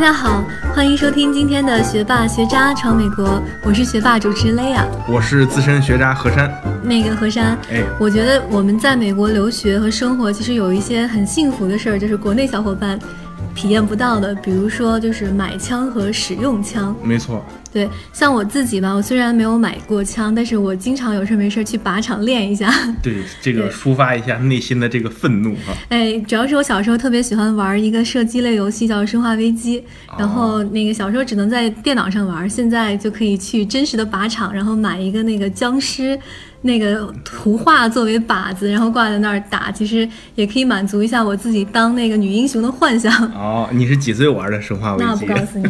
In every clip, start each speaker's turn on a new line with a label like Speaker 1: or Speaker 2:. Speaker 1: 家好，欢迎收听今天的《学霸学渣闯美国》，我是学霸主持 Lea。
Speaker 2: 我是资深学渣何山。
Speaker 1: 那个何山，
Speaker 2: 哎，
Speaker 1: 我觉得我们在美国留学和生活，其实有一些很幸福的事儿，就是国内小伙伴体验不到的，比如说就是买枪和使用枪。
Speaker 2: 没错，
Speaker 1: 对，像我自己吧，我虽然没有买过枪，但是我经常有事没事儿去靶场练一下。
Speaker 2: 对这个
Speaker 1: 对
Speaker 2: 抒发一下内心的这个愤怒哈、
Speaker 1: 哎，主要是我小时候特别喜欢玩一个射击类游戏，叫《生化危机》，
Speaker 2: 哦
Speaker 1: 然后那个小时候只能在电脑上玩，现在就可以去真实的靶场，然后买一个那个僵尸那个图画作为靶子，然后挂在那儿打，其实也可以满足一下我自己当那个女英雄的幻想。
Speaker 2: 哦，你是几岁玩的《生化危
Speaker 1: 那不
Speaker 2: 机
Speaker 1: 告》？诉你。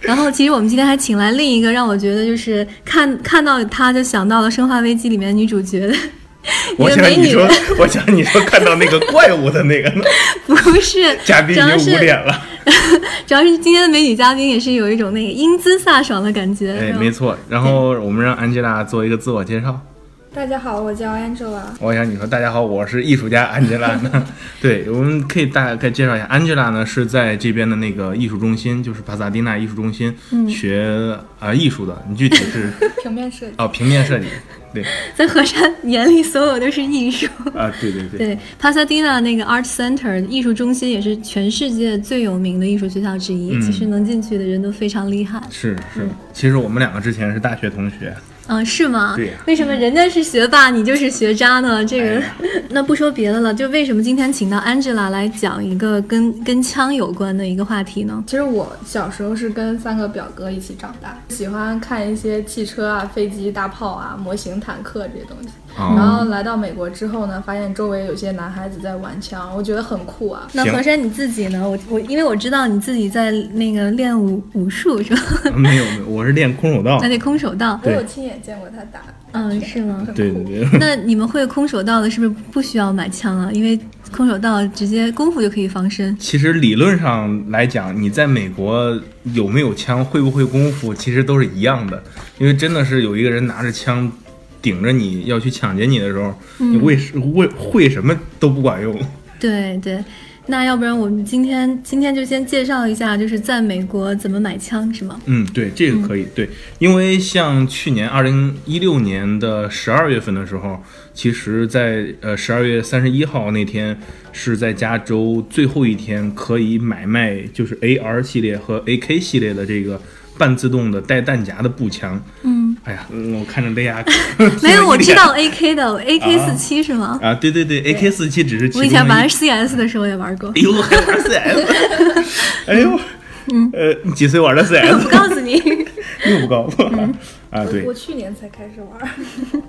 Speaker 1: 然后，其实我们今天还请来另一个让我觉得就是看看到她就想到了《生化危机》里面女主角的一
Speaker 2: 我
Speaker 1: 个
Speaker 2: 想
Speaker 1: 美
Speaker 2: 你
Speaker 1: 女
Speaker 2: 说， 我想你说看到那个怪物的那 个呢
Speaker 1: 不是
Speaker 2: 嘉宾
Speaker 1: 主要
Speaker 2: 已
Speaker 1: 是
Speaker 2: 经捂脸了。
Speaker 1: 主要是今天的美女嘉宾也是有一种那个英姿飒爽的感觉。
Speaker 2: 哎，
Speaker 1: 然后
Speaker 2: 没。错。然后我们让 Angela 做一个自我介绍。
Speaker 3: 大家好，我叫 Angela。
Speaker 2: 我想你说，大家好，我是艺术家 Angela 呢。对，我们可以大概介绍一下，Angela 呢是在这边的那个艺术中心，就是帕萨蒂纳艺术中心、
Speaker 1: 嗯
Speaker 2: 学啊、呃艺术的。你具体是
Speaker 3: 平面设计。
Speaker 2: 哦平面设计，对
Speaker 1: 在河山眼里，所有都是艺术。
Speaker 2: 啊、对对对。
Speaker 1: 对，Pasadena 那个 Art Center 艺术中心也是全世界最有名的艺术学校之一，
Speaker 2: 嗯
Speaker 1: 其实能进去的人都非常厉害。
Speaker 2: 是是，其实我们两个之前是大学同学，
Speaker 1: 嗯，是吗？
Speaker 2: 对呀
Speaker 1: 为什么人家是学霸，你就是学渣呢？这
Speaker 2: 哎
Speaker 1: 个
Speaker 2: 呀，
Speaker 1: 那不说别的了，就为什么今天请到 Angela 来讲一个跟跟枪有关的一个话题呢？
Speaker 3: 其实我小时候是跟三个表哥一起长大，喜欢看一些汽车啊、飞机、大炮啊、模型、坦克这些东西。
Speaker 2: 哦
Speaker 3: 然后来到美国之后呢，发现周围有些男孩子在玩枪，我觉得很酷啊。
Speaker 1: 那
Speaker 2: 行
Speaker 1: 何山你自己呢？我我因为我知道你自己在那个练武武术是吧？
Speaker 2: 没有没有，我是练空手道
Speaker 1: 那。那空手道，
Speaker 3: 我
Speaker 2: 对
Speaker 3: 有亲眼见过他打，
Speaker 1: 嗯，是吗？
Speaker 2: 对对对，
Speaker 1: 那你们会空手道的，是不是不需要买枪啊？因为空手道直接功夫就可以防身。
Speaker 2: 其实理论上来讲，你在美国有没有枪，会不会功夫，其实都是一样的。因为真的是有一个人拿着枪顶着你要去抢劫你的时候，你为什为会什么都不管用。
Speaker 1: 对对，那要不然我们今天今天就先介绍一下，就是在美国怎么买枪是吗？
Speaker 2: 嗯，对，这个可以，对，因为像去年二零一六年的十二月份的时候，其实在，呃十二月三十一号那天是在加州最后一天可以买卖，就是 AR 系列和 AK 系列的这个半自动的带弹夹的步枪。嗯，哎呀，嗯我看着 雷亚
Speaker 1: 没有，我知
Speaker 2: 一脸
Speaker 1: 道 AK 的 AK 四七是吗？
Speaker 2: 啊，对对对，AK 四七只是其
Speaker 1: 我以
Speaker 2: 中
Speaker 1: 前
Speaker 2: 的一
Speaker 1: 玩 CS 的时候也玩过
Speaker 2: 哎。呦，还玩 CS，哎呦，嗯，呃，你几岁玩的 CS？
Speaker 1: 我告诉你，
Speaker 2: 又不高
Speaker 1: 嗯
Speaker 2: 啊，对
Speaker 3: 我，我去年才开始玩。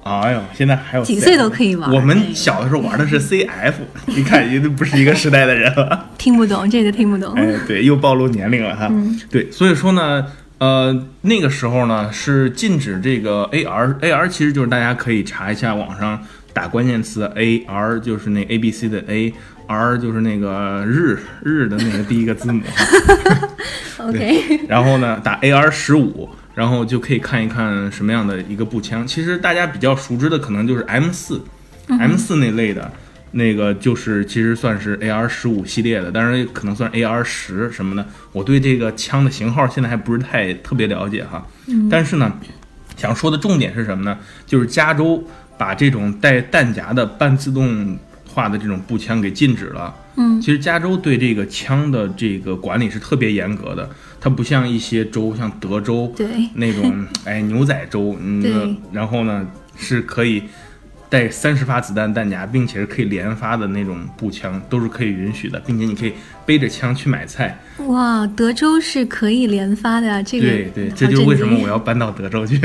Speaker 2: 哎呦，现在还有
Speaker 1: 几
Speaker 2: CF
Speaker 1: 岁都可以玩嗯
Speaker 2: 我们小的时候玩的是 CF，你看，也都不是一个时代的人 了。
Speaker 1: 听不懂，这个听不懂。
Speaker 2: 哎，对，又暴露年龄了哈。
Speaker 1: 嗯
Speaker 2: 对，所以说呢，呃，那个时候呢是禁止这个 AR，AR 其实就是大家可以查一下网上打关键词 AR，就是那 A B C 的 A。R 就是那个日日的那个第一个字母哈，
Speaker 1: OK，
Speaker 2: 然后呢，打 AR 十五，然后就可以看一看什么样的一个步枪。其实大家比较熟知的可能就是 M 四、m 四那类的，那个就是其实算是 AR 十五系列的，当然也可能算 AR 十什么的。我对这个枪的型号现在还不是太特别了解哈，但是呢，想说的重点是什么呢？就是加州把这种带弹夹的半自动化的这种步枪给禁止了。
Speaker 1: 嗯，
Speaker 2: 其实加州对这个枪的这个管理是特别严格的，它不像一些州，像德州
Speaker 1: 对，
Speaker 2: 那种，哎，牛仔州，
Speaker 1: 对
Speaker 2: 嗯，然后呢是可以带三十发子弹弹夹，并且是可以连发的那种步枪，都是可以允许的，并且你可以背着枪去买菜。
Speaker 1: 哇，德州是可以连发的呀、这个
Speaker 2: 对对，
Speaker 1: 好
Speaker 2: 这就是
Speaker 1: 震
Speaker 2: 为什么
Speaker 1: 惊
Speaker 2: 我要搬到德 州去。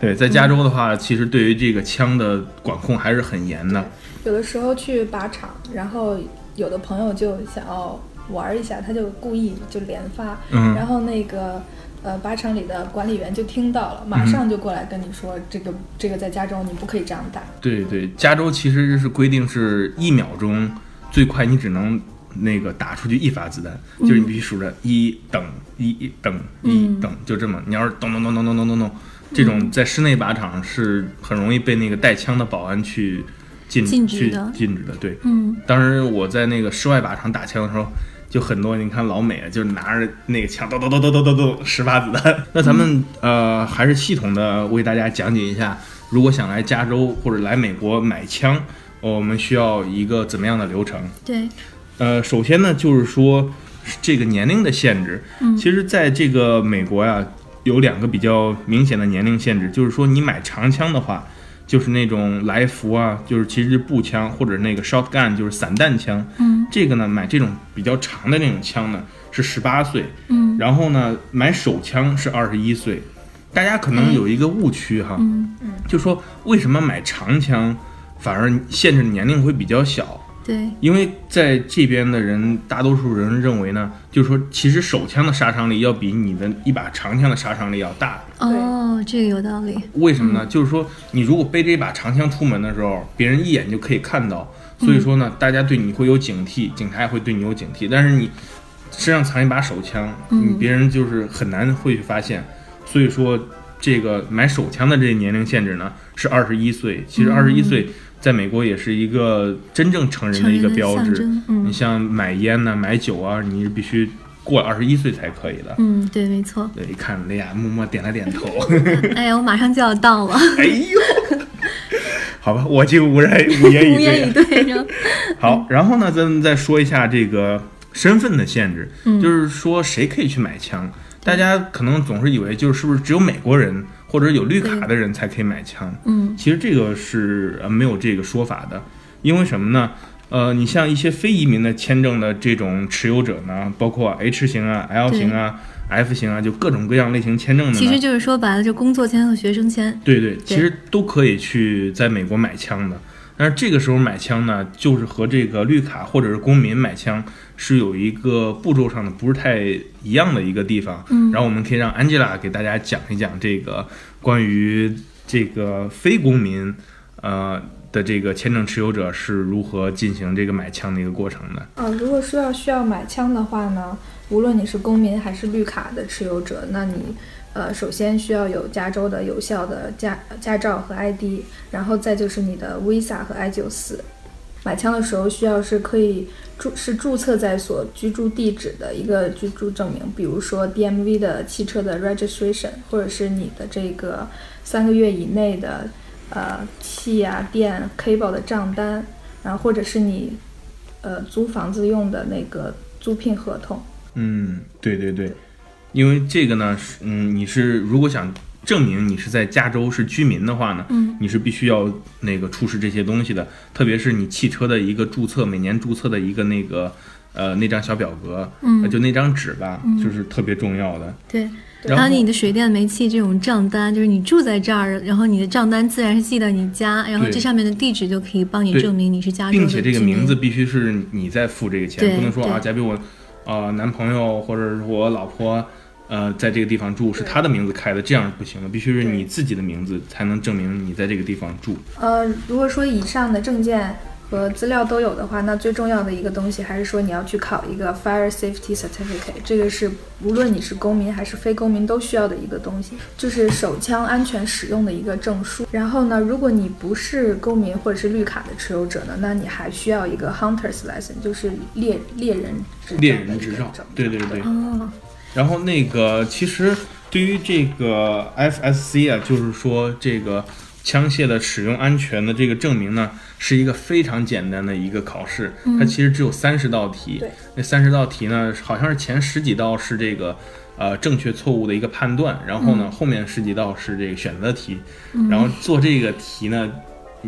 Speaker 2: 对，在加州的话，其实对于这个枪的管控还是很严的。
Speaker 3: 有的时候去靶场，然后有的朋友就想要玩一下，他就故意就连发，
Speaker 2: 嗯
Speaker 3: 然后那个呃靶场里的管理员就听到了，马上就过来跟你说，这个这个在加州你不可以这样打。
Speaker 2: 对对，加州其实是规定是一秒钟最快你只能那个打出去一发子弹，
Speaker 1: 嗯
Speaker 2: 就是你必须数着一等一一等一等，就这么。你要是咚咚咚咚咚咚咚咚，这种在室内靶场是很容易被那个带枪的保安去禁
Speaker 1: 禁止
Speaker 2: 去
Speaker 1: 的
Speaker 2: 禁止的。对，
Speaker 1: 嗯，
Speaker 2: 当时我在那个室外靶场打枪的时候，就很多，你看老美啊，就拿着那个枪，咚咚咚咚咚咚咚，十发子弹。那咱们呃，还是系统的为大家讲解一下，如果想来加州或者来美国买枪，呃我们需要一个怎么样的流程？
Speaker 1: 对，
Speaker 2: 呃，首先呢，就是说这个年龄的限制。
Speaker 1: 嗯
Speaker 2: 其实，在这个美国呀、有两个比较明显的年龄限制，就是说你买长枪的话，就是那种来福啊，就是其实是步枪或者那个 shotgun，就是散弹枪。
Speaker 1: 嗯，
Speaker 2: 这个呢，买这种比较长的那种枪呢是十八岁，
Speaker 1: 嗯，
Speaker 2: 然后呢，买手枪是二十一岁。大家可能有一个误区哈，
Speaker 1: 嗯
Speaker 2: 就说为什么买长枪反而限制年龄会比较小？
Speaker 1: 对，
Speaker 2: 因为在这边的人，大多数人认为呢，就是说，其实手枪的杀伤力要比你的一把长枪的杀伤力要大。
Speaker 1: 哦，这个有道理，
Speaker 2: 为什么
Speaker 1: 嗯
Speaker 2: 呢？就是说，你如果背着一把长枪出门的时候，别人一眼就可以看到，所以说呢，
Speaker 1: 嗯
Speaker 2: 大家对你会有警惕，警察也会对你有警惕。但是你身上藏一把手枪，
Speaker 1: 嗯
Speaker 2: 你别人就是很难会去发现。所以说，这个买手枪的这个年龄限制呢是二十一岁。其
Speaker 1: 嗯
Speaker 2: 实二十一岁在美国也是一个真正成人
Speaker 1: 成
Speaker 2: 的一
Speaker 1: 人
Speaker 2: 个
Speaker 1: 的
Speaker 2: 标
Speaker 1: 象
Speaker 2: 志。
Speaker 1: 征，
Speaker 2: 你
Speaker 1: 嗯
Speaker 2: 像买烟呐、买酒啊，你是必须过了二十一岁才可以的。
Speaker 1: 嗯，对，没错。
Speaker 2: 对，一看雷亚默默点了点头，
Speaker 1: 哎呀，我马上就要到了，
Speaker 2: 哎呦，好吧，我竟无人无言以
Speaker 1: 无
Speaker 2: 对
Speaker 1: 言
Speaker 2: 啊
Speaker 1: 以。对着。
Speaker 2: 好，然后呢，咱们再说一下这个身份的限制，就是说谁可以去买枪。大家可能总是以为就是是不是只有美国人或者有绿卡的人才可以买枪，
Speaker 1: 嗯
Speaker 2: 其实这个是呃没有这个说法的，因为什么呢？呃，你像一些非移民的签证的这种持有者呢，包括 H 型啊、L 型啊、F 型啊，就各种各样类型签证的呢，
Speaker 1: 其实就是说白了，就工作签和学生签。
Speaker 2: 对对，其实都可以去在美国买枪的。但是这个时候买枪呢，就是和这个绿卡或者是公民买枪是有一个步骤上的不是太一样的一个地方。嗯，然后我们可以让 Angela 给大家讲一讲这个关于这个非公民呃的这个签证持有者是如何进行这个买枪的一个过程的。
Speaker 3: 啊，如果说要需要买枪的话呢，无论你是公民还是绿卡的持有者，那你呃首先需要有加州的有效的驾驾照和 ID，然后再就是你的 Visa 和 I 9 4买枪的时候需要是可以注是注册在所居住地址的一个居住证明，比如说 DMV 的汽车的 registration，或者是你的这个三个月以内的呃气啊电 cable 的账单，然后或者是你呃租房子用的那个租赁合同。
Speaker 2: 嗯，对对对，因为这个呢，是嗯，你是如果想证明你是在加州是居民的话呢，
Speaker 1: 嗯，
Speaker 2: 你是必须要那个出示这些东西的，特别是你汽车的一个注册，每年注册的一个那个呃那张小表格，
Speaker 1: 嗯啊
Speaker 2: 呃就那张纸吧，就是特别重要的。
Speaker 1: 对，
Speaker 2: 然
Speaker 1: 还有
Speaker 2: 后
Speaker 1: 你的水电煤气这种账单，就是你住在这儿，然后你的账单自然是寄到你家，然后
Speaker 2: 对
Speaker 1: 这上面的地址就可以帮你
Speaker 2: 对
Speaker 1: 证明你是加州的
Speaker 2: 并且这个
Speaker 1: 居民
Speaker 2: 名字必须是你在付这个钱，
Speaker 1: 对
Speaker 2: 不能说啊，
Speaker 1: 对
Speaker 2: 假比我啊、呃男朋友或者是我老婆。呃，在这个地方住是他的名字开的，这样是不行的，必须是你自己的名字才能证明你在这个地方住。
Speaker 3: 呃，如果说以上的证件和资料都有的话，那最重要的一个东西还是说你要去考一个 Fire Safety Certificate，这个是无论你是公民还是非公民都需要的一个东西，就是手枪安全使用的一个证书。然后呢，如果你不是公民或者是绿卡的持有者呢，那你还需要一个 Hunter's License，就是猎猎人执照的
Speaker 2: 猎人执
Speaker 3: 一个
Speaker 2: 照对对对
Speaker 1: 哦，
Speaker 2: 然后那个，其实对于这个 FSC 啊，就是说这个枪械的使用安全的这个证明呢，是一个非常简单的一个考试，它其实只有三十道题。
Speaker 3: 对
Speaker 2: 那三十道题呢，好像是前十几道是这个呃正确错误的一个判断，然后
Speaker 3: 嗯
Speaker 2: 呢、后面十几道是这个选择题，然后做这个题呢。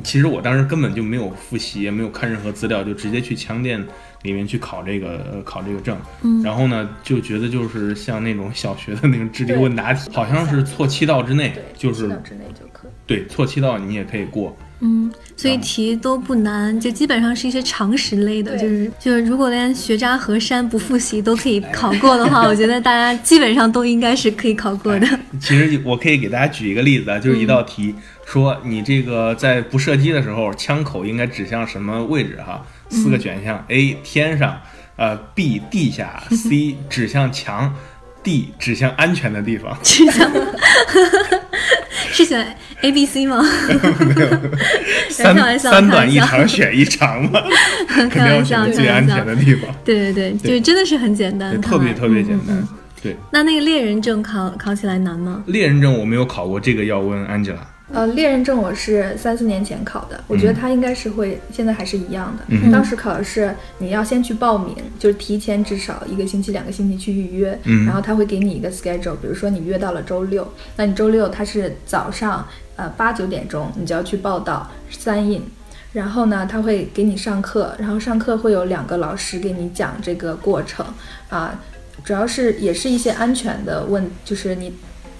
Speaker 2: 其实我当时根本就没有复习，也没有看任何资料，就直接去枪店里面去考这个呃考这个证。
Speaker 3: 嗯
Speaker 2: 然后呢，就觉得就是像那种小学的那种智力
Speaker 3: 对
Speaker 2: 问答题，好像是错七道之内
Speaker 3: 对，，
Speaker 2: 就
Speaker 3: 七秒
Speaker 2: 是
Speaker 3: 之内就可以。
Speaker 2: 对错七道你也可以过。
Speaker 1: 嗯，所
Speaker 2: 啊
Speaker 1: 以题都不难，就基本上是一些常识类的，
Speaker 3: 对
Speaker 1: 就是就是如果连学渣和山不复习都可以考过的话，我觉得大家基本上都应该是可以考过的。
Speaker 2: 其实我可以给大家举一个例子啊，就是一道题、说你这个在不射击的时候，枪口应该指向什么位置哈？四个选项、a 天上，呃 B 地下，C 指向墙，D 指向安全的地方。
Speaker 1: 是这样吗 是选 A B C 吗？
Speaker 2: 三
Speaker 1: 开玩笑
Speaker 2: 三
Speaker 1: 开玩
Speaker 2: 短一
Speaker 1: 笑
Speaker 2: 长选一长嘛。肯定
Speaker 1: 玩
Speaker 2: 要
Speaker 1: 笑
Speaker 2: 选择
Speaker 1: 开
Speaker 2: 最
Speaker 1: 玩
Speaker 2: 安
Speaker 1: 笑
Speaker 2: 全的地方，
Speaker 1: 对对对，
Speaker 2: 对
Speaker 1: 就真的是很简单，
Speaker 2: 对，
Speaker 1: 看
Speaker 2: 特别
Speaker 1: 来
Speaker 2: 特别简。
Speaker 1: 嗯嗯
Speaker 2: 单
Speaker 1: 嗯。
Speaker 2: 对，
Speaker 1: 那那个猎人证考考起来难吗？
Speaker 2: 猎人证我没有考过，这个要问 Angela。
Speaker 3: 呃，猎人证我是三四年前考的，我觉得
Speaker 2: 嗯
Speaker 3: 它应该是会，现在还是一样的。
Speaker 2: 嗯
Speaker 3: 当时考的是你要先去报名，就是提前至少一个星期、两个星期去预约，
Speaker 2: 嗯
Speaker 3: 然后他会给你一个 schedule，比如说你约到了周六，那你周六它是早上呃八九点钟你就要去报到 sign in，然后呢他会给你上课，然后上课会有两个老师给你讲这个过程啊、主要是也是一些安全的问，就是你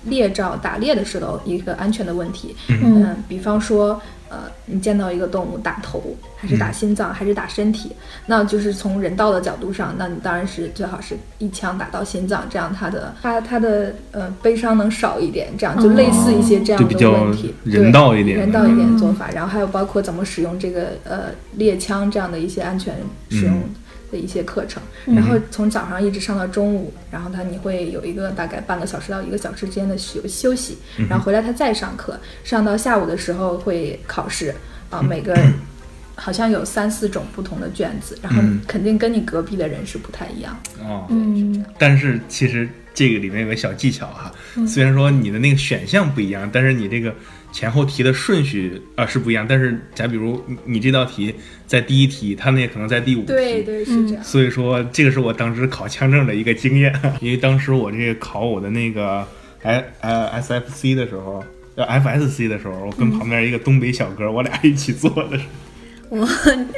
Speaker 3: 猎照打猎的时候一个安全的问题。
Speaker 1: 嗯
Speaker 3: 比方说，呃，你见到一个动物打头，还是打心脏，还是打身体，那就是从人道的角度上，那你当然是最好是一枪打到心脏，这样它的它它的呃悲伤能少一点，这样就类似一些这样
Speaker 2: 就比
Speaker 3: 的
Speaker 2: 较
Speaker 3: 问题，对
Speaker 2: 人道一点
Speaker 3: 人道一点
Speaker 1: 嗯
Speaker 3: 的做法。然后还有包括怎么使用这个呃猎枪这样的一些安全使用
Speaker 2: 嗯
Speaker 3: 的一些课程。然后从早上一直上到中午，然后他你会有一个大概半个小时到一个小时之间的休休息，
Speaker 2: 嗯
Speaker 3: 然后回来他再上课，上到下午的时候会考试啊，
Speaker 2: 嗯
Speaker 3: 每个 好像有三四种不同的卷子，然后
Speaker 2: 嗯
Speaker 3: 肯定跟你隔壁的人是不太一样的。
Speaker 2: 哦，
Speaker 1: 嗯，
Speaker 2: 但是其实这个里面有个小技巧哈、
Speaker 3: 嗯
Speaker 2: 虽然说你的那个选项不一样，但是你这个前后题的顺序啊、是不一样。但是假比如你你这道题在第一题，他那可能在第五题。
Speaker 3: 对对是这样。
Speaker 2: 所以说，这个是我当时考枪证的一个经验，因为当时我这个考我的那个 I 呃 SFC 的时候，呃 FSC 的时候，我跟
Speaker 3: 嗯
Speaker 2: 旁边一个东北小哥，我俩一起做的，
Speaker 1: 我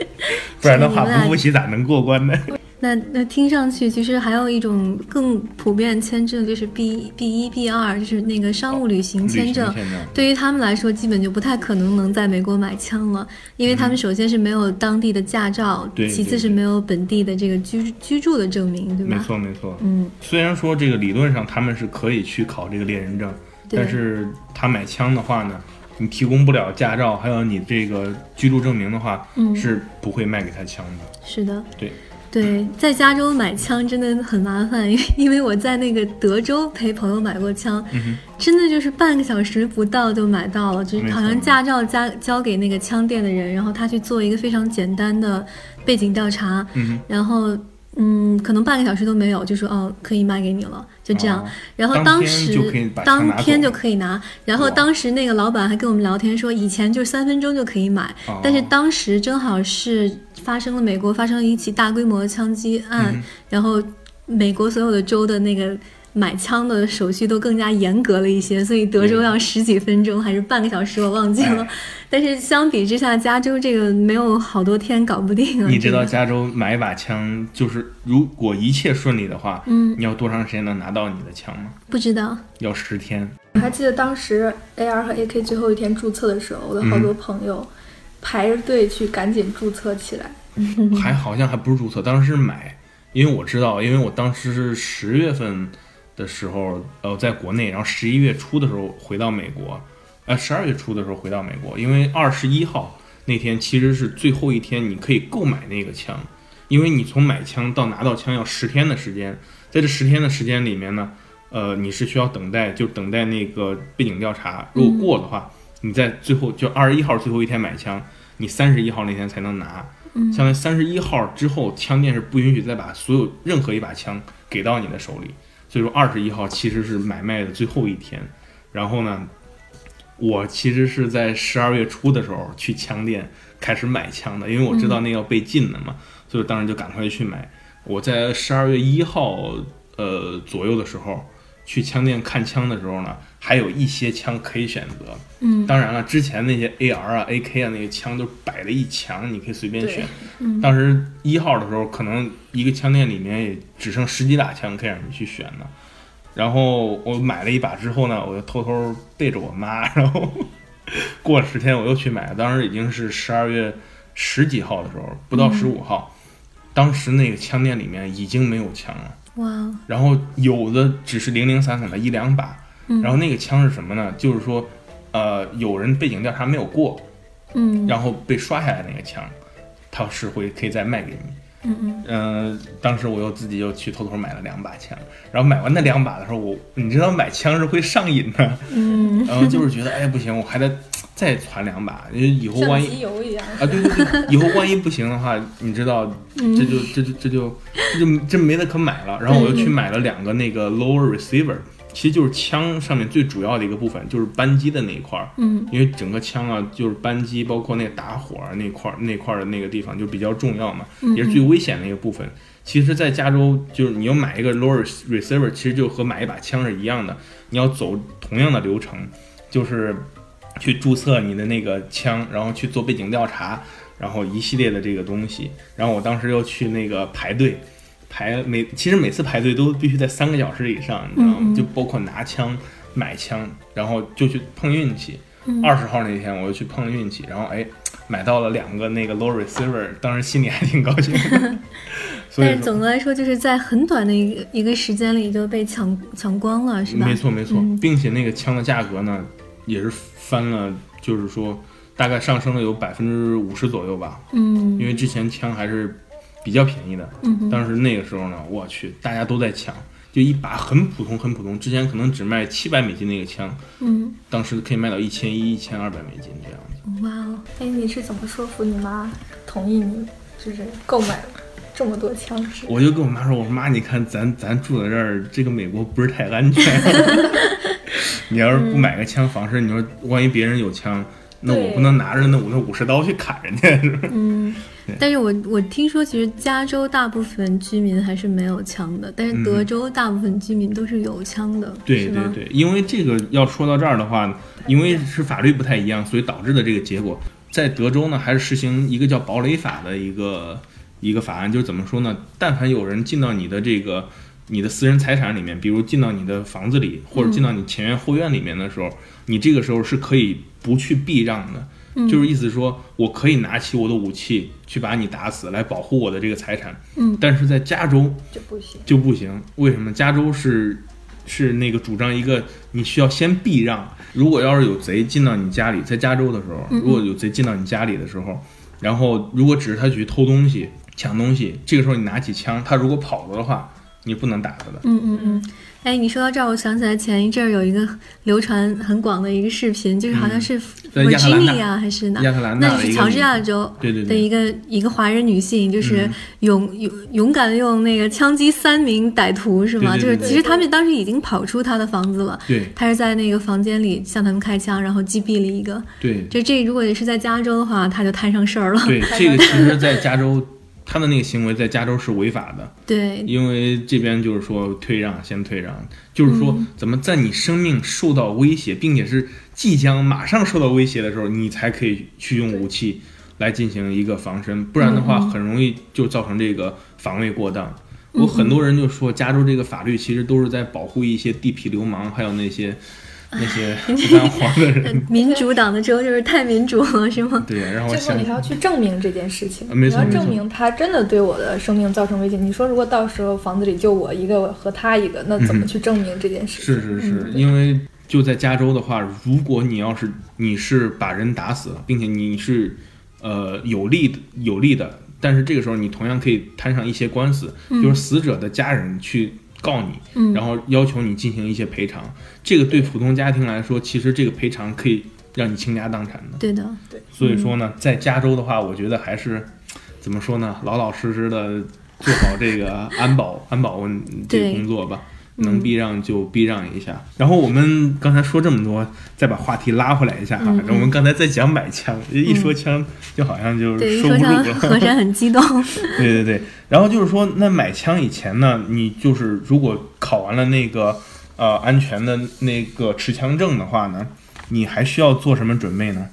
Speaker 2: 不然的话
Speaker 1: 你们俩
Speaker 2: 不复习咋能过关呢？
Speaker 1: 那那听上去，其实还有一种更普遍签证，就是 B B 一 B 二，就是那个商务旅行签证
Speaker 2: 旅行。签证
Speaker 1: 对于他们来说，基本就不太可能能在美国买枪了，因为他们首先是没有当地的驾照，
Speaker 2: 嗯对
Speaker 1: 其次
Speaker 2: 对
Speaker 1: 是没有本地的这个居居住的证明，对吧？
Speaker 2: 没错没错，
Speaker 1: 嗯，
Speaker 2: 虽然说这个理论上他们是可以去考这个猎人证，
Speaker 1: 对
Speaker 2: 但是他买枪的话呢，你提供不了驾照，还有你这个居住证明的话，
Speaker 1: 嗯
Speaker 2: 是不会卖给他枪的。
Speaker 1: 是的。
Speaker 2: 对，
Speaker 1: 对，在加州买枪真的很麻烦，因 为因为我在那个德州陪朋友买过枪，
Speaker 2: 嗯
Speaker 1: 真的就是半个小时不到就买到了，就是
Speaker 2: 没错
Speaker 1: 好像驾照交交给那个枪店的人，然后他去做一个非常简单的背景调查，
Speaker 2: 嗯
Speaker 1: 然后嗯，可能半个小时都没有，就说哦可以卖给你了，就这样。
Speaker 2: 哦
Speaker 1: 然后
Speaker 2: 当天
Speaker 1: 时
Speaker 2: 就可以把枪
Speaker 1: 当
Speaker 2: 拿走
Speaker 1: 天就可以拿，然后
Speaker 2: 哇
Speaker 1: 当时那个老板还跟我们聊天说，以前就三分钟就可以买，
Speaker 2: 哦
Speaker 1: 但是当时正好是发生了美国发生了一起大规模的枪击案，
Speaker 2: 嗯
Speaker 1: 然后美国所有的州的那个。买枪的手续都更加严格了一些，所以德州
Speaker 2: 嗯
Speaker 1: 要十几分钟、还是半个小时，我忘记了。
Speaker 2: 哎
Speaker 1: 但是相比之下，加州这个没有好多天搞不定啊。
Speaker 2: 你知
Speaker 1: 这个
Speaker 2: 道加州买一把枪，就是如果一切顺利的话，
Speaker 1: 嗯，
Speaker 2: 你要多长时间能拿到你的枪吗？
Speaker 1: 不知道？
Speaker 2: 要十天。
Speaker 3: 我还记得当时 AR 和 AK 最后一天注册的时候，我的好
Speaker 2: 嗯
Speaker 3: 多朋友排着队去赶紧注册起来。
Speaker 2: 还好像还不是注册，当时是买，因为我知道，因为我当时是十月份的时候，呃，在国内，然后十一月初的时候回到美国，呃，十二月初的时候回到美国，因为二十一号那天其实是最后一天，你可以购买那个枪，因为你从买枪到拿到枪要十天的时间，在这十天的时间里面呢，呃，你是需要等待，就等待那个背景调查，如果过的话，你在最后就二十一号最后一天买枪，你三十一号那天才能拿。相当于三十一号之后，枪店是不允许再把所有任何一把枪给到你的手里。所以说，二十一号其实是买卖的最后一天。然后呢，我其实是在十二月初的时候去枪店开始买枪的，因为我知道那要被禁的嘛，所以当时就赶快去买。我在十二月一号呃左右的时候去枪店看枪的时候呢，还有一些枪可以选择。
Speaker 1: 嗯，
Speaker 2: 当然了，之前那些 AR 啊、AK 啊那些枪都摆了一墙，你可以随便
Speaker 3: 对
Speaker 2: 选。当时一号的时候，可能一个枪店里面也只剩十几把枪可以让你去选呢。然后我买了一把之后呢，我就偷偷背着我妈， 然后过了十天我又去买了。当时已经是十二月十几号的时候，不到十五号，当时那个枪店里面已经没有枪了。
Speaker 1: 哇，
Speaker 2: 然后有的只是零零散散的一两把。
Speaker 1: 嗯
Speaker 2: 然后那个枪是什么呢？就是说，呃，有人背景调查没有过，
Speaker 1: 嗯
Speaker 2: 然后被刷下来那个枪，他是会可以再卖给你。
Speaker 1: 嗯嗯，
Speaker 2: 嗯、当时我又自己又去偷偷买了两把枪，然后买完那两把的时候，我你知道买枪是会上瘾的，
Speaker 1: 嗯，
Speaker 2: 然后就是觉得哎不行，我还得再攒两把，因为以后
Speaker 3: 像
Speaker 2: 万一
Speaker 3: 集邮一样。
Speaker 2: 啊，对对对，以后万一不行的话，你知道，这就这就这就这就这没得可买了。然后我又去买了两个那个 lower receiver，其实就是枪上面最主要的一个部分，就是扳机的那一块儿。
Speaker 1: 嗯，
Speaker 2: 因为整个枪啊，就是扳机，包括那个打火啊那块儿那块儿的那个地方就比较重要嘛，也是最危险的一个部分。其实，在加州，就是你要买一个 lower receiver，其实就和买一把枪是一样的，你要走同样的流程，就是去注册你的那个枪，然后去做背景调查，然后一系列的这个东西。然后我当时又去那个排队，排每其实每次排队都必须在三个小时以上，你知道吗？就包括拿枪、买枪，然后就去碰运气。二十号那天我就去碰运气，然后哎买到了两个那个 low receiver，当时心里还挺高兴的。 所
Speaker 1: 但
Speaker 2: 以
Speaker 1: 是
Speaker 2: 说，
Speaker 1: 总的来说，就是在很短的一个一个时间里就被抢抢光了，是吧？嗯
Speaker 2: 没错没错，并且那个枪的价格呢也是翻了，就是说大概上升了有百分之五十左右吧。
Speaker 1: 嗯
Speaker 2: 因为之前枪还是比较便宜的。当时那个时候呢，我去，大家都在抢，就一把很普通很普通，之前可能只卖七百美金的一个枪，
Speaker 1: 嗯，
Speaker 2: 当时可以卖到一千一、一千二百美金这样子。
Speaker 1: 哇哦，
Speaker 3: 哎，你是怎么说服你妈同意你就是购买这么多枪支？
Speaker 2: 我就跟我妈说：“我说妈，你看咱咱住在这儿，这个美国不是太安全。啊 你要是不买个枪防身，你说万一别人有枪，那我
Speaker 3: 对
Speaker 2: 不能拿着那我那五十刀去砍人家，是吧？
Speaker 1: 嗯，但是我我听说，其实加州大部分居民还是没有枪的，但是德州大部分居民都是有枪的，
Speaker 2: 嗯对
Speaker 1: 是
Speaker 2: 对
Speaker 1: 吗？
Speaker 2: 对，因为这个要说到这儿的话，因为是法律不太一样，所以导致的这个结果，在德州呢还是实行一个叫堡垒法的一个一个法案，就是怎么说呢？但凡有人进到你的这个你的私人财产里面，比如进到你的房子里，
Speaker 1: 嗯
Speaker 2: 或者进到你前院后院里面的时候，你这个时候是可以不去避让的。
Speaker 1: 嗯
Speaker 2: 就是意思说，我可以拿起我的武器去把你打死，来保护我的这个财产。
Speaker 1: 嗯，
Speaker 2: 但是在加州，
Speaker 3: 就不行。
Speaker 2: 就不行。为什么？加州是是那个主张一个你需要先避让，如果要是有贼进到你家里，在加州的时候，
Speaker 1: 嗯
Speaker 2: 如果有贼进到你家里的时候，然后如果只是他去偷东西、抢东西，这个时候你拿起枪，他如果跑了的话，你不能打他的。
Speaker 1: 嗯嗯嗯。哎，你说到这儿，我想起来前一阵儿有一个流传很广的一个视频，就是好像是
Speaker 2: 在嗯亚特兰大
Speaker 1: Virginia 啊还是哪？
Speaker 2: 亚特兰大
Speaker 1: 那
Speaker 2: 的
Speaker 1: 是
Speaker 2: 一个
Speaker 1: 乔治亚州
Speaker 2: 对对
Speaker 1: 的
Speaker 2: 对
Speaker 1: 一个一个华人女性，就是
Speaker 2: 嗯
Speaker 1: 勇勇勇敢地用那个枪击三名歹徒，是吗？
Speaker 2: 对对
Speaker 1: 就是
Speaker 2: 对
Speaker 1: 其实他们当时已经跑出她的房子了，
Speaker 2: 对
Speaker 1: 她是在那个房间里向他们开枪，然后击毙了一个。
Speaker 2: 对
Speaker 1: 就这如果是在加州的话，她就摊上事儿了。
Speaker 2: 对， 这个其实，在加州。他的那个行为在加州是违法的，
Speaker 1: 对
Speaker 3: 嗯
Speaker 2: 因为这边就是说退让，先退让，就是
Speaker 3: 嗯
Speaker 2: 说怎么在你生命受到威胁，并且是即将马上受到威胁的时候，你才可以去用武器来进行一个防身，不然的话
Speaker 3: 嗯
Speaker 2: 很容易就造成这个防卫过当。有很多人就说，加州这个法律其实都是在保护一些地痞流氓，还有那些那 些不沾黄的人。
Speaker 1: 民主党的州就是太民主了，是吗？
Speaker 2: 对，然后我
Speaker 3: 呃最后
Speaker 2: 想
Speaker 3: 你还要去证明这件事情，
Speaker 2: 啊没
Speaker 3: 你
Speaker 2: 错
Speaker 3: 要
Speaker 2: 没错
Speaker 3: 证明他真的对我的生命造成威胁。你说如果到时候房子里就我一个和他一个，那怎么去证明这件事情？
Speaker 2: 嗯是是是，因为就在加州的话，如果你要是你是把人打死，并且你是呃有利的有利的，但是这个时候你同样可以摊上一些官司，就是死者的家人去告你，然后要求你进行一些赔偿。这个对普通家庭来说，其实这个赔偿可以让你倾家荡产的。
Speaker 1: 对的，
Speaker 2: 所以
Speaker 1: 嗯
Speaker 2: 说呢，在加州的话，我觉得还是怎么说呢，老老实实的做好这个安保安保问这个
Speaker 1: 对嗯
Speaker 2: 工作吧。能避让就避让一下。然后我们刚才说这么多，再把话题拉回来一下哈。
Speaker 1: 嗯
Speaker 2: 然后我们刚才在讲买枪，一说枪就好像就
Speaker 1: 对，
Speaker 2: 是
Speaker 1: 一
Speaker 2: 收
Speaker 1: 说
Speaker 2: 不住
Speaker 1: 像
Speaker 2: 了。
Speaker 1: 河山很激动。
Speaker 2: 对对对。然后就是说，那买枪以前呢，你就是如果考完了那个呃安全的那个持枪证的话呢，你还需要做什么准备呢？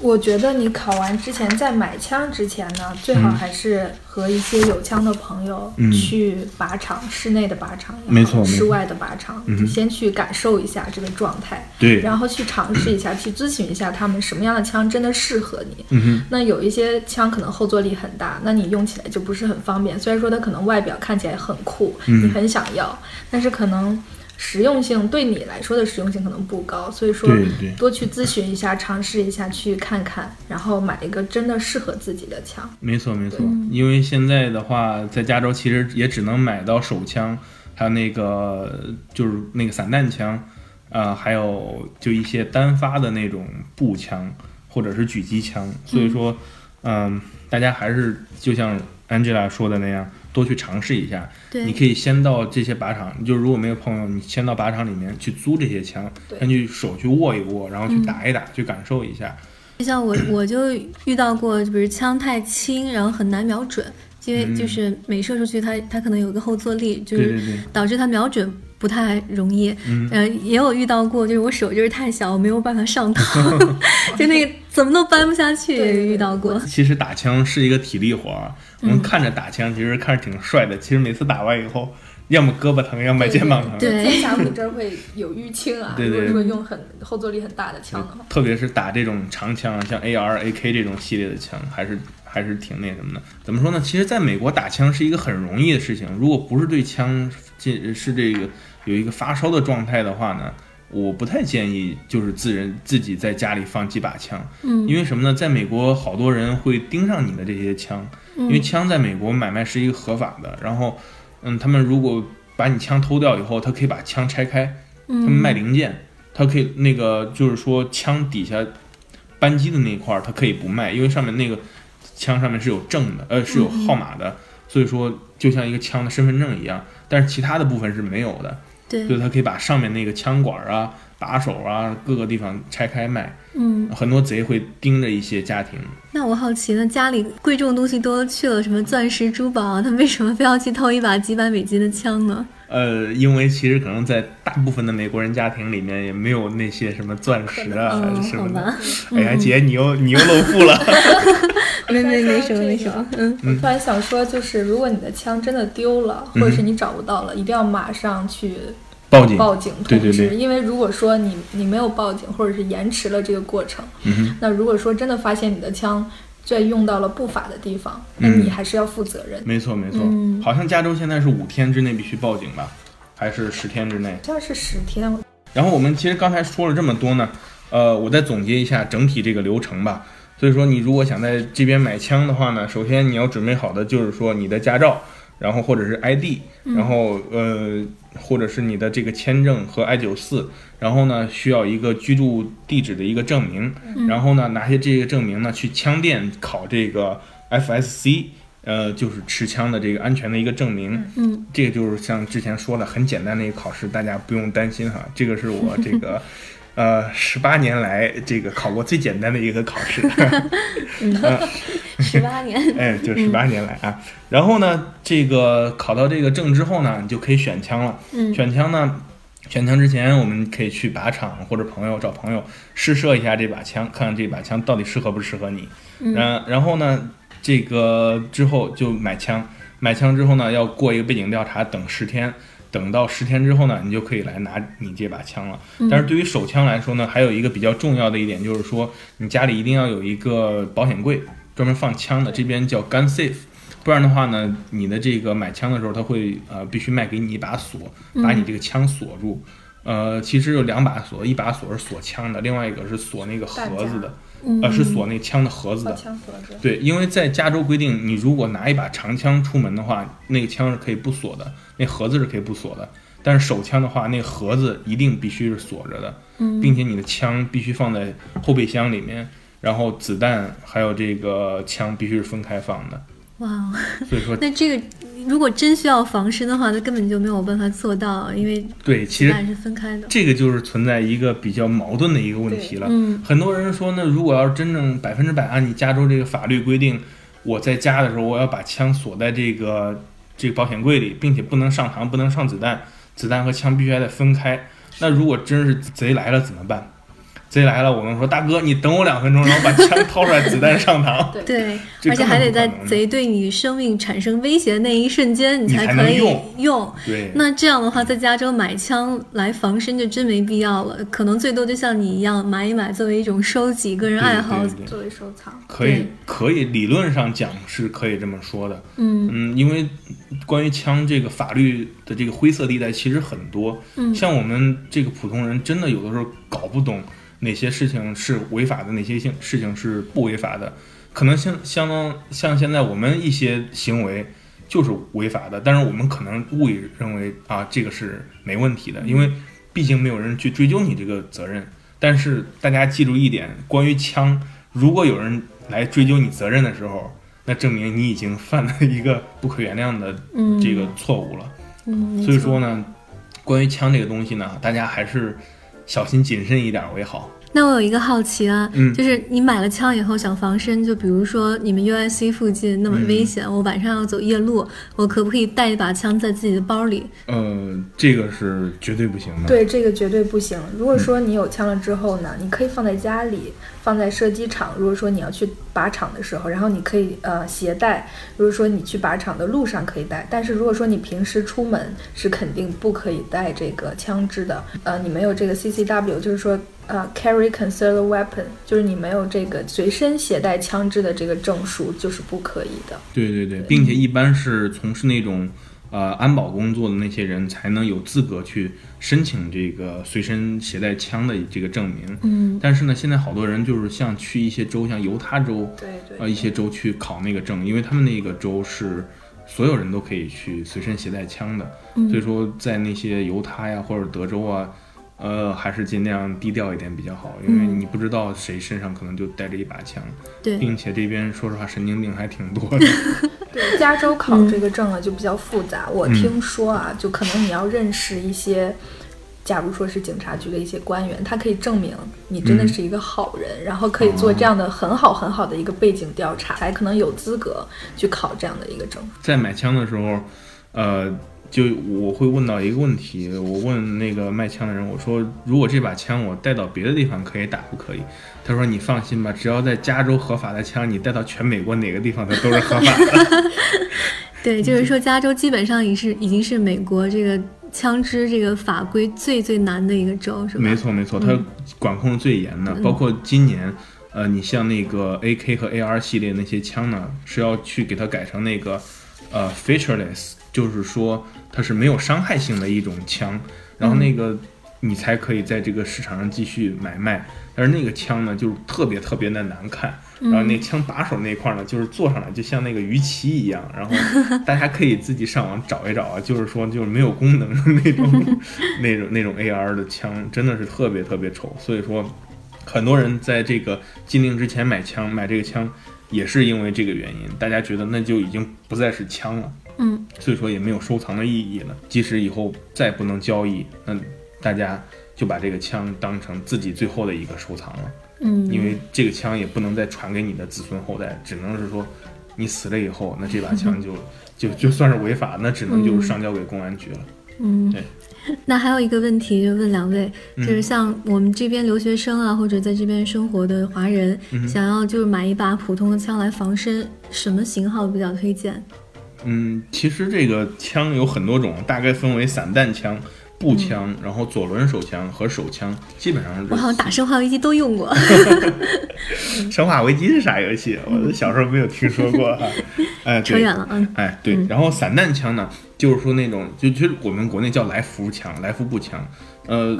Speaker 3: 我觉得你考完之前，在买枪之前呢，最好还是和一些有枪的朋友
Speaker 2: 嗯
Speaker 3: 去靶场，室内的靶场也好，
Speaker 2: 没错没错
Speaker 3: 室外的靶场，
Speaker 2: 嗯哼
Speaker 3: 先去感受一下这个状态，
Speaker 2: 对，
Speaker 3: 然后去尝试一下，去咨询一下他们什么样的枪真的适合你。
Speaker 2: 嗯哼，
Speaker 3: 那有一些枪可能后坐力很大，那你用起来就不是很方便。虽然说它可能外表看起来很酷，
Speaker 2: 嗯
Speaker 3: 你很想要，但是可能实用性对你来说的实用性可能不高。所以说
Speaker 2: 对对，
Speaker 3: 多去咨询一下，尝试一下，去看看，然后买一个真的适合自己的枪。
Speaker 2: 没错没错，因为现在的话，在加州其实也只能买到手枪，还有那个就是那个散弹枪，呃，还有就一些单发的那种步枪或者是狙击枪。所以说，嗯、大家还是就像 Angela 说的那样，多去尝试一下。
Speaker 1: 对，
Speaker 2: 你可以先到这些靶场，就如果没有朋友，你先到靶场里面去租这些枪，
Speaker 3: 对
Speaker 2: 先去手去握一握，然后去打一打，去感受一下。
Speaker 1: 就像我我就遇到过，比如枪太轻，然后很难瞄准，因为
Speaker 2: 嗯
Speaker 1: 就是每射出去它它可能有一个后坐力，就
Speaker 2: 对
Speaker 1: 是
Speaker 2: 对对，
Speaker 1: 导致它瞄准不太容易。
Speaker 2: 嗯
Speaker 1: 呃，也有遇到过，就是我手就是太小，我没有办法上膛， 就那个怎么都搬不下去，
Speaker 3: 对对
Speaker 1: 也
Speaker 3: 对
Speaker 1: 遇到过。
Speaker 2: 其实打枪是一个体力活儿，我
Speaker 1: 嗯
Speaker 2: 们看着打枪其实看着挺帅的，其实每次打完以后，要么胳膊疼，要么
Speaker 3: 对
Speaker 2: 肩膀疼。
Speaker 1: 对
Speaker 3: 肩胛骨这儿会有淤青啊。
Speaker 2: 对
Speaker 3: 如果
Speaker 2: 对
Speaker 3: 如果用很后坐力很大的枪的话，
Speaker 2: 特别是打这种长枪，像 AR、AK 这种系列的枪，还是还是挺那什么的。怎么说呢？其实在美国打枪是一个很容易的事情，如果不是对枪这是这个有一个发烧的状态的话呢，我不太建议就是自人自己在家里放几把枪，
Speaker 1: 嗯
Speaker 2: 因为什么呢？在美国好多人会盯上你的这些枪，因为
Speaker 1: 嗯
Speaker 2: 枪在美国买卖是一个合法的，然后嗯，他们如果把你枪偷掉以后，他可以把枪拆开。他们
Speaker 1: 嗯，
Speaker 2: 卖零件，他可以那个就是说枪底下扳机的那一块儿，他可以不卖，因为上面那个枪上面是有证的，呃
Speaker 1: 嗯
Speaker 2: 是有号码的，所以说就像一个枪的身份证一样，但是其他的部分是没有的，所
Speaker 1: 对，
Speaker 2: 以他可以把上面那个枪管儿啊、把手啊各个地方拆开卖，
Speaker 1: 嗯，
Speaker 2: 很多贼会盯着一些家庭。
Speaker 1: 那我好奇呢，家里贵重东西多去了，什么钻石、珠宝啊，他为什么非要去偷一把几百美金的枪呢？
Speaker 2: 呃，因为其实可能在大部分的美国人家庭里面，也没有那些什么钻石啊
Speaker 1: 哦，
Speaker 2: 什
Speaker 1: 好
Speaker 2: 么的。
Speaker 1: 吧，嗯
Speaker 2: 哎呀，姐，你又你又露富了。
Speaker 1: 没没没什么
Speaker 3: 但是
Speaker 1: 没什么，嗯，
Speaker 3: 我突然想说，就是如果你的枪真的丢了，
Speaker 2: 嗯
Speaker 3: 或者是你找不到了，一定要马上去
Speaker 2: 报警，
Speaker 3: 报警通知，
Speaker 2: 对对对
Speaker 3: 因为如果说你你没有报警，或者是延迟了这个过程，
Speaker 2: 嗯哼。
Speaker 3: 那如果说真的发现你的枪在用到了不法的地方，那
Speaker 2: 嗯
Speaker 3: 你还是要负责任。
Speaker 2: 没错没错，
Speaker 1: 嗯
Speaker 2: 好像加州现在是五天之内必须报警吧，还是十天之内？
Speaker 3: 好像是十天，
Speaker 2: 然后我们其实刚才说了这么多呢，呃，我再总结一下整体这个流程吧。所以说，你如果想在这边买枪的话呢，首先你要准备好的就是说你的驾照，然后或者是 ID，然后呃，或者是你的这个签证和 I 九四，然后呢需要一个居住地址的一个证明，然后呢拿些这个证明呢去枪店考这个 FSC，呃，就是持枪的这个安全的一个证明。
Speaker 1: 嗯，
Speaker 2: 这个就是像之前说的很简单的一个考试，大家不用担心哈。这个是我这个呃十八年来这个考过最简单的一个考试，
Speaker 1: 十八年，
Speaker 2: 哎，就十八年来啊。然后呢，这个考到这个证之后呢，你就可以选枪了。
Speaker 1: 嗯
Speaker 2: 选枪呢，选枪之前我们可以去靶场或者朋友找朋友试射一下这把枪，看看这把枪到底适合不适合你。然然后呢，这个之后就买枪，买枪之后呢，要过一个背景调查，等十天。等到十天之后呢，你就可以来拿你这把枪了。但是对于手枪来说呢，还有一个比较重要的一点就是说，你家里一定要有一个保险柜，专门放枪的，这边叫 gun safe。不然的话呢，你的这个买枪的时候，他会呃必须卖给你一把锁，把你这个枪锁住。呃，其实有两把锁，一把锁是锁枪的，另外一个是锁那个盒子的，呃，是锁那个枪的盒子
Speaker 3: 好
Speaker 2: 的。
Speaker 3: 枪盒子。
Speaker 2: 对，因为在加州规定，你如果拿一把长枪出门的话，那个枪是可以不锁的，那盒子是可以不锁的。但是手枪的话，那盒子一定必须是锁着的，
Speaker 1: 嗯
Speaker 2: 并且你的枪必须放在后备箱里面，然后子弹还有这个枪必须是分开放的。
Speaker 1: 哇哦，
Speaker 2: 所以说，
Speaker 1: 那这个如果真需要防身的话，那根本就没有办法做到，因为
Speaker 2: 对，
Speaker 1: 子
Speaker 2: 其实
Speaker 1: 弹 是分开的。
Speaker 2: 这个就是存在一个比较矛盾的一个问题了。
Speaker 1: 嗯
Speaker 2: 很多人说呢，如果要是真正百分之百按你加州这个法律规定，我在家的时候我要把枪锁在这个这个保险柜里，并且不能上膛，不能上子弹，子弹和枪必须还得分开。那如果真是贼来了怎么办？贼来了，我们说大哥，你等我两分钟，然后把枪掏出来，子弹上膛，
Speaker 3: 对
Speaker 1: 对，
Speaker 2: 这
Speaker 1: 而且
Speaker 2: 根本
Speaker 1: 还得
Speaker 2: 不可
Speaker 1: 在
Speaker 2: 能
Speaker 1: 贼对你生命产生威胁的那一瞬间，
Speaker 2: 你才
Speaker 1: 才
Speaker 2: 能
Speaker 1: 可以
Speaker 2: 用
Speaker 1: 用。
Speaker 2: 对，
Speaker 1: 那这样的话，在加州买枪来防身就真没必要了，可能最多就像你一样买一买，作为一种收集个人
Speaker 2: 对
Speaker 1: 爱好
Speaker 2: 对。对
Speaker 3: 作为收藏，
Speaker 2: 可以
Speaker 1: 对
Speaker 2: 可以理论上讲是可以这么说的，
Speaker 1: 嗯
Speaker 2: 因为关于枪这个法律的这个灰色地带其实很多，
Speaker 1: 嗯
Speaker 2: 像我们这个普通人真的有的时候搞不懂哪些事情是违法的，哪些性事情是不违法的，可能像相当像现在我们一些行为。
Speaker 1: 嗯
Speaker 2: 就是违法的，但是我们可能误以认为啊，这个是没问题的，因为毕竟没有人去追究你这个责任。但是大家记住一点，关于枪，如果有人来追究你责任的时候，那证明你已经犯了一个不可原谅的
Speaker 1: 嗯，
Speaker 2: 这个错误了。
Speaker 1: 嗯，
Speaker 2: 所以
Speaker 1: 没错
Speaker 2: 说呢，关于枪这个东西呢，大家还是小心谨慎一点为好。
Speaker 1: 那我有一个好奇啊，
Speaker 2: 嗯
Speaker 1: 就是你买了枪以后想防身，就比如说你们 UIC 附近那么
Speaker 2: 嗯
Speaker 1: 危险，我晚上要走夜路，我可不可以带一把枪在自己的包里？
Speaker 2: 呃，这个是绝对不行的。
Speaker 3: 对，这个绝对不行。如果说你有枪了之后呢，你可以放在家里，放在射击场。如果说你要去靶场的时候，然后你可以呃携带。如果说你去靶场的路上可以带，但是如果说你平时出门是肯定不可以带这个枪支的。呃，你没有这个 CCW，就是说呃 carry concealed weapon，就是你没有这个随身携带枪支的这个证书，就是不可以的。
Speaker 2: 对对对，并且一般是从事那种呃安保工作的那些人才能有资格去申请这个随身携带枪的这个证明。
Speaker 1: 嗯，
Speaker 2: 但是呢，现在好多人就是像去一些州，像犹他州
Speaker 3: 对对
Speaker 2: 呃一些州去考那个证，因为他们那个州是所有人都可以去随身携带枪的，
Speaker 1: 嗯
Speaker 2: 所以说在那些犹他呀或者德州啊。呃，还是尽量低调一点比较好，因为
Speaker 1: 嗯
Speaker 2: 你不知道谁身上可能就带着一把枪，
Speaker 1: 对，
Speaker 2: 并且这边说实话神经病还挺多的。
Speaker 3: 对，加州考这个证啊就比较复杂。我听说啊，就可能你要认识一些，假如说是警察局的一些官员，他可以证明你真的是一个好人，然后可以做这样的很好很好的一个背景调查，才可能有资格去考这样的一个证。
Speaker 2: 在买枪的时候，呃，就我会问到一个问题，我问那个卖枪的人，我说如果这把枪我带到别的地方可以打不可以？他说你放心吧，只要在加州合法的枪，你带到全美国哪个地方它都是合法的。嗯
Speaker 1: 对，就是说加州基本上已是已经是美国这个枪支这个法规最最难的一个州，是吧？嗯
Speaker 2: 没错没错，它管控最严的，包括今年。呃，你像那个 AK 和 AR 系列那些枪呢，是要去给它改成那个呃 featureless，就是说它是没有伤害性的一种枪，然后那个
Speaker 1: 嗯
Speaker 2: 你才可以在这个市场上继续买卖。但是那个枪呢，就是特别特别的难看，
Speaker 1: 嗯
Speaker 2: 然后那枪把手那块儿呢，就是坐上来就像那个鱼鳍一样，然后大家可以自己上网找一找啊，就是说就是没有功能的那种那种那种 AR 的枪，真的是特别特别丑，所以说。很多人在这个禁令之前买枪，买这个枪也是因为这个原因，大家觉得那就已经不再是枪了，
Speaker 1: 嗯，
Speaker 2: 所以说也没有收藏的意义了。即使以后再不能交易，那大家就把这个枪当成自己最后的一个收藏了，
Speaker 1: 嗯，
Speaker 2: 因为这个枪也不能再传给你的子孙后代，只能是说你死了以后，那这把枪就就就算是违法，那只能就是上交给公安局了。
Speaker 1: 嗯
Speaker 2: 对，
Speaker 1: 那还有一个问题就问两位，
Speaker 2: 嗯
Speaker 1: 就是像我们这边留学生啊，或者在这边生活的华人，
Speaker 2: 嗯
Speaker 1: 想要就是买一把普通的枪来防身，什么型号比较推荐？
Speaker 2: 嗯，其实这个枪有很多种，大概分为散弹枪、步枪，然后左轮手枪和手枪，基本上是这
Speaker 1: 嗯我好像打《生化危机》都用 过。
Speaker 2: 生化危机是啥游戏？我都小时候没有听说过 哈。哎，
Speaker 1: 扯
Speaker 2: 对，
Speaker 1: 远了，嗯，
Speaker 2: 哎，对。然后散弹枪呢，就是说那种，就其实我们国内叫来福枪、来福步枪，呃，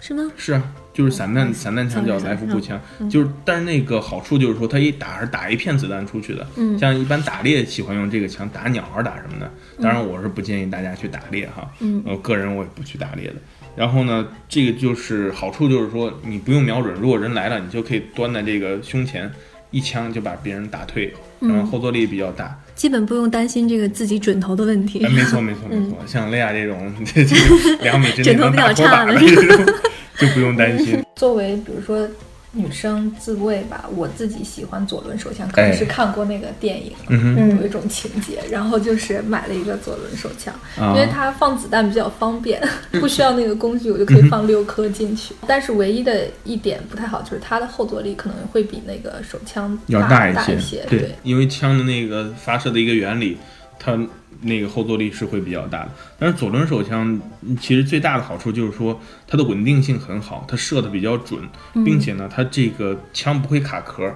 Speaker 1: 是吗？
Speaker 2: 是啊，就是散弹散弹枪叫
Speaker 1: 嗯散
Speaker 2: 来
Speaker 1: 弹
Speaker 2: 福
Speaker 1: 枪嗯
Speaker 2: 步枪，就是但是那个好处就是说它一打是打一片子弹出去的，
Speaker 1: 嗯
Speaker 2: 像一般打猎喜欢用这个枪打鸟儿打什么的，当然我是不建议大家去打猎哈，
Speaker 1: 嗯，
Speaker 2: 我个人我也不去打猎的。然后呢，这个就是好处就是说你不用瞄准，如果人来了，你就可以端在这个胸前，一枪就把别人打退，
Speaker 1: 嗯
Speaker 2: 然后后坐力比较大，
Speaker 1: 基本不用担心这个自己准头的问题
Speaker 2: 哎，。没错没错没错，像雷亚这种 这这个两米
Speaker 1: 嗯
Speaker 2: 之内
Speaker 1: 枕头
Speaker 2: 能
Speaker 1: 比
Speaker 2: 打
Speaker 1: 较
Speaker 2: 火把
Speaker 1: 差
Speaker 2: 的
Speaker 1: 的
Speaker 2: 这种， 就不用 担心。
Speaker 3: 作为比如说女生自卫吧，我自己喜欢左轮手枪，可能是看过那个电影。
Speaker 2: 嗯哼，
Speaker 1: 嗯
Speaker 3: 有一种情节，然后就是买了一个左轮手枪，
Speaker 2: 啊
Speaker 3: 因为它放子弹比较方便， 不需要那个工具，我就可以放六颗进 去。但是唯一的一点不太好就是它的后坐力可能会比那个手枪
Speaker 2: 要
Speaker 3: 大
Speaker 2: 一
Speaker 3: 一对。
Speaker 2: 因为枪的那个发射的一个原理，它那个后坐力是会比较大的。但是左轮手枪嗯其实最大的好处就是说它的稳定性很好，它射的比较准，
Speaker 3: 嗯
Speaker 2: 并且呢，它这个枪不会卡壳。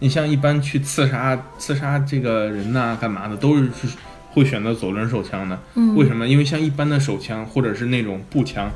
Speaker 2: 你像一般去刺杀刺杀这个人呐、干嘛的，都是是会选择左轮手枪的。
Speaker 1: 嗯
Speaker 2: 为什么？因为像一般的手枪或者是那种步枪，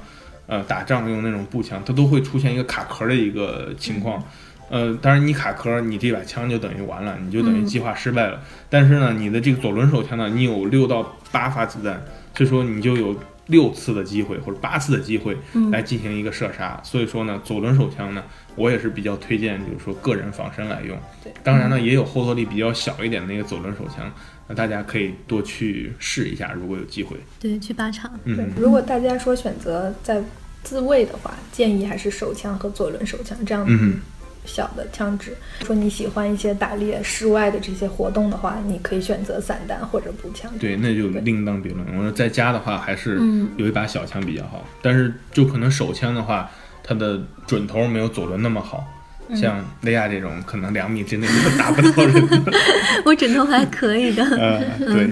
Speaker 2: 呃，打仗用那种步枪，它都会出现一个卡壳的一个情况。呃，当然你卡壳，你这把枪就等于完了，你就
Speaker 3: 嗯
Speaker 2: 等于计划失败了。但是呢，你的这个左轮手枪呢，你有六到八发子弹，所以说你就有六次的机会或者八次的机会
Speaker 3: 嗯
Speaker 2: 来进行一个射杀。所以说呢，左轮手枪呢，我也是比较推荐，就是说个人防身来用。
Speaker 3: 对嗯
Speaker 2: 当然呢，也有后坐力比较小一点的那个左轮手枪，那大家可以多去试一下，如果有机会。
Speaker 1: 对，去靶场。
Speaker 3: 对
Speaker 2: 嗯，，
Speaker 3: 如果大家说选择在自卫的话，建议还是手枪和左轮手枪这样
Speaker 2: 嗯
Speaker 3: 小的枪支。说你喜欢一些打猎室外的这些活动的话，你可以选择散弹或者步枪。
Speaker 2: 对，那就另当别论。我说在家的话，还是有一把小枪比较好，但是就可能手枪的话，它的准头没有左轮那么好。像雷亚这种，可能两米之内就打不到人。
Speaker 1: 我枕头还可以 的。
Speaker 2: 呃，对，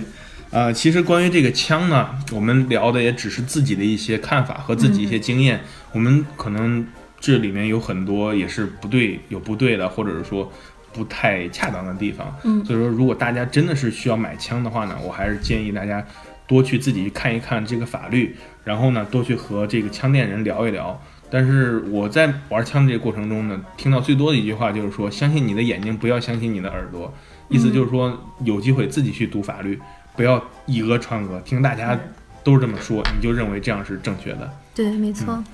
Speaker 2: 呃，其实关于这个枪呢，我们聊的也只是自己的一些看法和自己一些经验，我们可能这里面有很多也是不对，有不对的，或者是说不太恰当的地方。
Speaker 1: 嗯
Speaker 2: 所以说，如果大家真的是需要买枪的话呢，我还是建议大家多去自己去看一看这个法律，然后呢，多去和这个枪店人聊一聊。但是我在玩枪这个过程中呢，听到最多的一句话就是说：相信你的眼睛，不要相信你的耳朵。意
Speaker 3: 嗯
Speaker 2: 思就是说，有机会自己去读法律，不要以讹传讹，听大家都这么说，你就认为这样是正确的。
Speaker 1: 对，没错。
Speaker 2: 嗯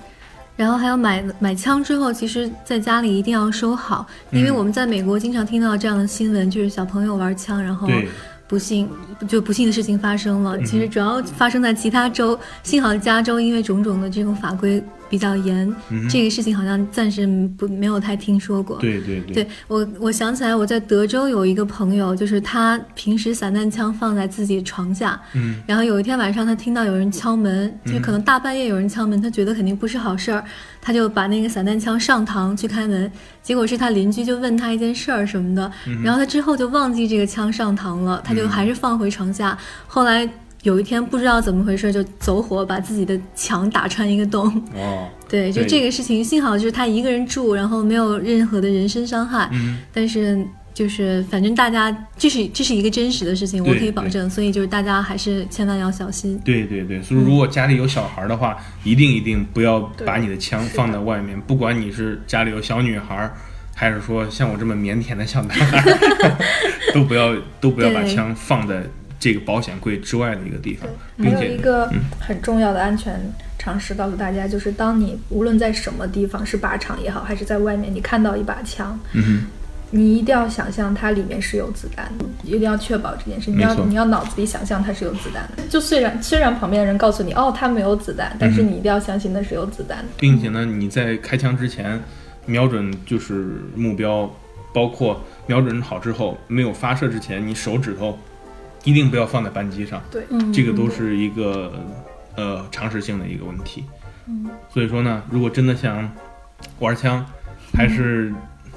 Speaker 1: 然后还有买买枪之后，其实在家里一定要收好，因为
Speaker 2: 嗯
Speaker 1: 我们在美国经常听到这样的新闻，就是小朋友玩枪，然
Speaker 3: 哦
Speaker 1: 后
Speaker 2: 对，嗯
Speaker 1: 不幸就不幸的事情发生了。其实主要发生在其他州，幸好加州因为种种的这种法规比较严，
Speaker 2: 嗯，
Speaker 1: 这个事情好像暂时不没有太听说过。
Speaker 2: 对对对，
Speaker 1: 对我，我想起来我在德州有一个朋友，就是他平时散弹枪放在自己床下，
Speaker 2: 嗯，
Speaker 1: 然后有一天晚上他听到有人敲门，就
Speaker 2: 嗯
Speaker 1: 可能大半夜有人敲门，他觉得肯定不是好事儿，他就把那个散弹枪上膛去开门，结果是他邻居就问他一件事儿什么的，然后他之后就忘记这个枪上膛了，他就还是放回床下，后来。有一天不知道怎么回事就走火，把自己的墙打穿一个洞。
Speaker 2: 哦，
Speaker 1: 对，就
Speaker 2: 对
Speaker 1: 这个事情，幸好就是他一个人住，然后没有任何的人身伤害。
Speaker 2: 嗯，
Speaker 1: 但是就是反正大家这是这是一个真实的事情，我
Speaker 2: 对
Speaker 1: 可以保证，所以就是大家还是千万要小心。
Speaker 2: 对对对，所以如果家里有小孩儿的话，一定一定不要
Speaker 3: 嗯对
Speaker 2: 把你的枪
Speaker 3: 是的
Speaker 2: 放在外面，不管你是家里有小女孩儿，还是说像我这么腼腆的小男孩儿， 都不要都不要把
Speaker 1: 对
Speaker 2: 枪放在这个保险柜之外的一个地方，
Speaker 3: 还
Speaker 2: 并
Speaker 3: 有
Speaker 2: 且嗯
Speaker 3: 一个很重要的安全常识告诉大家，就是当你无论在什么地方，是靶场也好，还是在外面，你看到一把枪，
Speaker 2: 嗯哼。
Speaker 3: 你一定要想象它里面是有子弹的，一定要确保这件事。你
Speaker 2: 没
Speaker 3: 要
Speaker 2: 错
Speaker 3: 你要脑子里想象它是有子弹的。就虽然虽然旁边的人告诉你哦它没有子弹，但
Speaker 2: 嗯
Speaker 3: 是你一定要相信那是有子弹的。
Speaker 2: 并且呢，你在开枪之前瞄准就是目标，包括瞄准好之后没有发射之前，你手指头一定不要放在扳机上，
Speaker 3: 对，
Speaker 1: 嗯，
Speaker 2: 这个都是一个呃常识性的一个问题。所以说呢，如果真的想玩枪，还是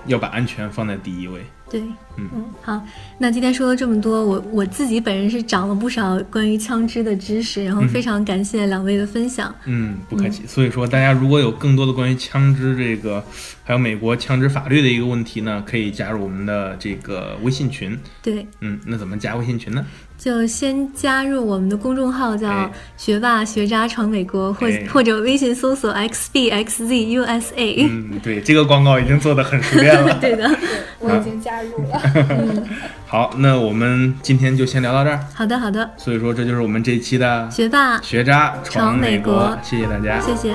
Speaker 2: 要把安全放在第一位。
Speaker 1: 对，
Speaker 2: 嗯
Speaker 1: 好，那今天说了这么多，我我自己本人是长了不少关于枪支的知识，然后
Speaker 2: 嗯
Speaker 1: 非常感谢两位的分享。
Speaker 2: 嗯，不客气。所以说，大家如果有更多的关于枪支这个，还有美国枪支法律的一个问题呢，可以加入我们的这个微信群。
Speaker 1: 对，
Speaker 2: 嗯，那怎么加微信群呢？
Speaker 1: 就先加入我们的公众号，叫
Speaker 2: 哎
Speaker 1: “学霸学渣闯美国”，或
Speaker 2: 哎
Speaker 1: 或者微信搜索 xbxzusa。
Speaker 2: 嗯，对，这个广告已经做得很熟练了。
Speaker 1: 对的，
Speaker 3: 我已经加入了。
Speaker 2: 好，那我们今天就先聊到这儿。
Speaker 1: 好的好的，
Speaker 2: 所以说，这就是我们这一期的
Speaker 1: 学霸，
Speaker 2: 学渣
Speaker 1: 闯
Speaker 2: 闯
Speaker 1: 美
Speaker 2: 美
Speaker 1: 国
Speaker 2: 国，谢谢大家，
Speaker 1: 谢谢。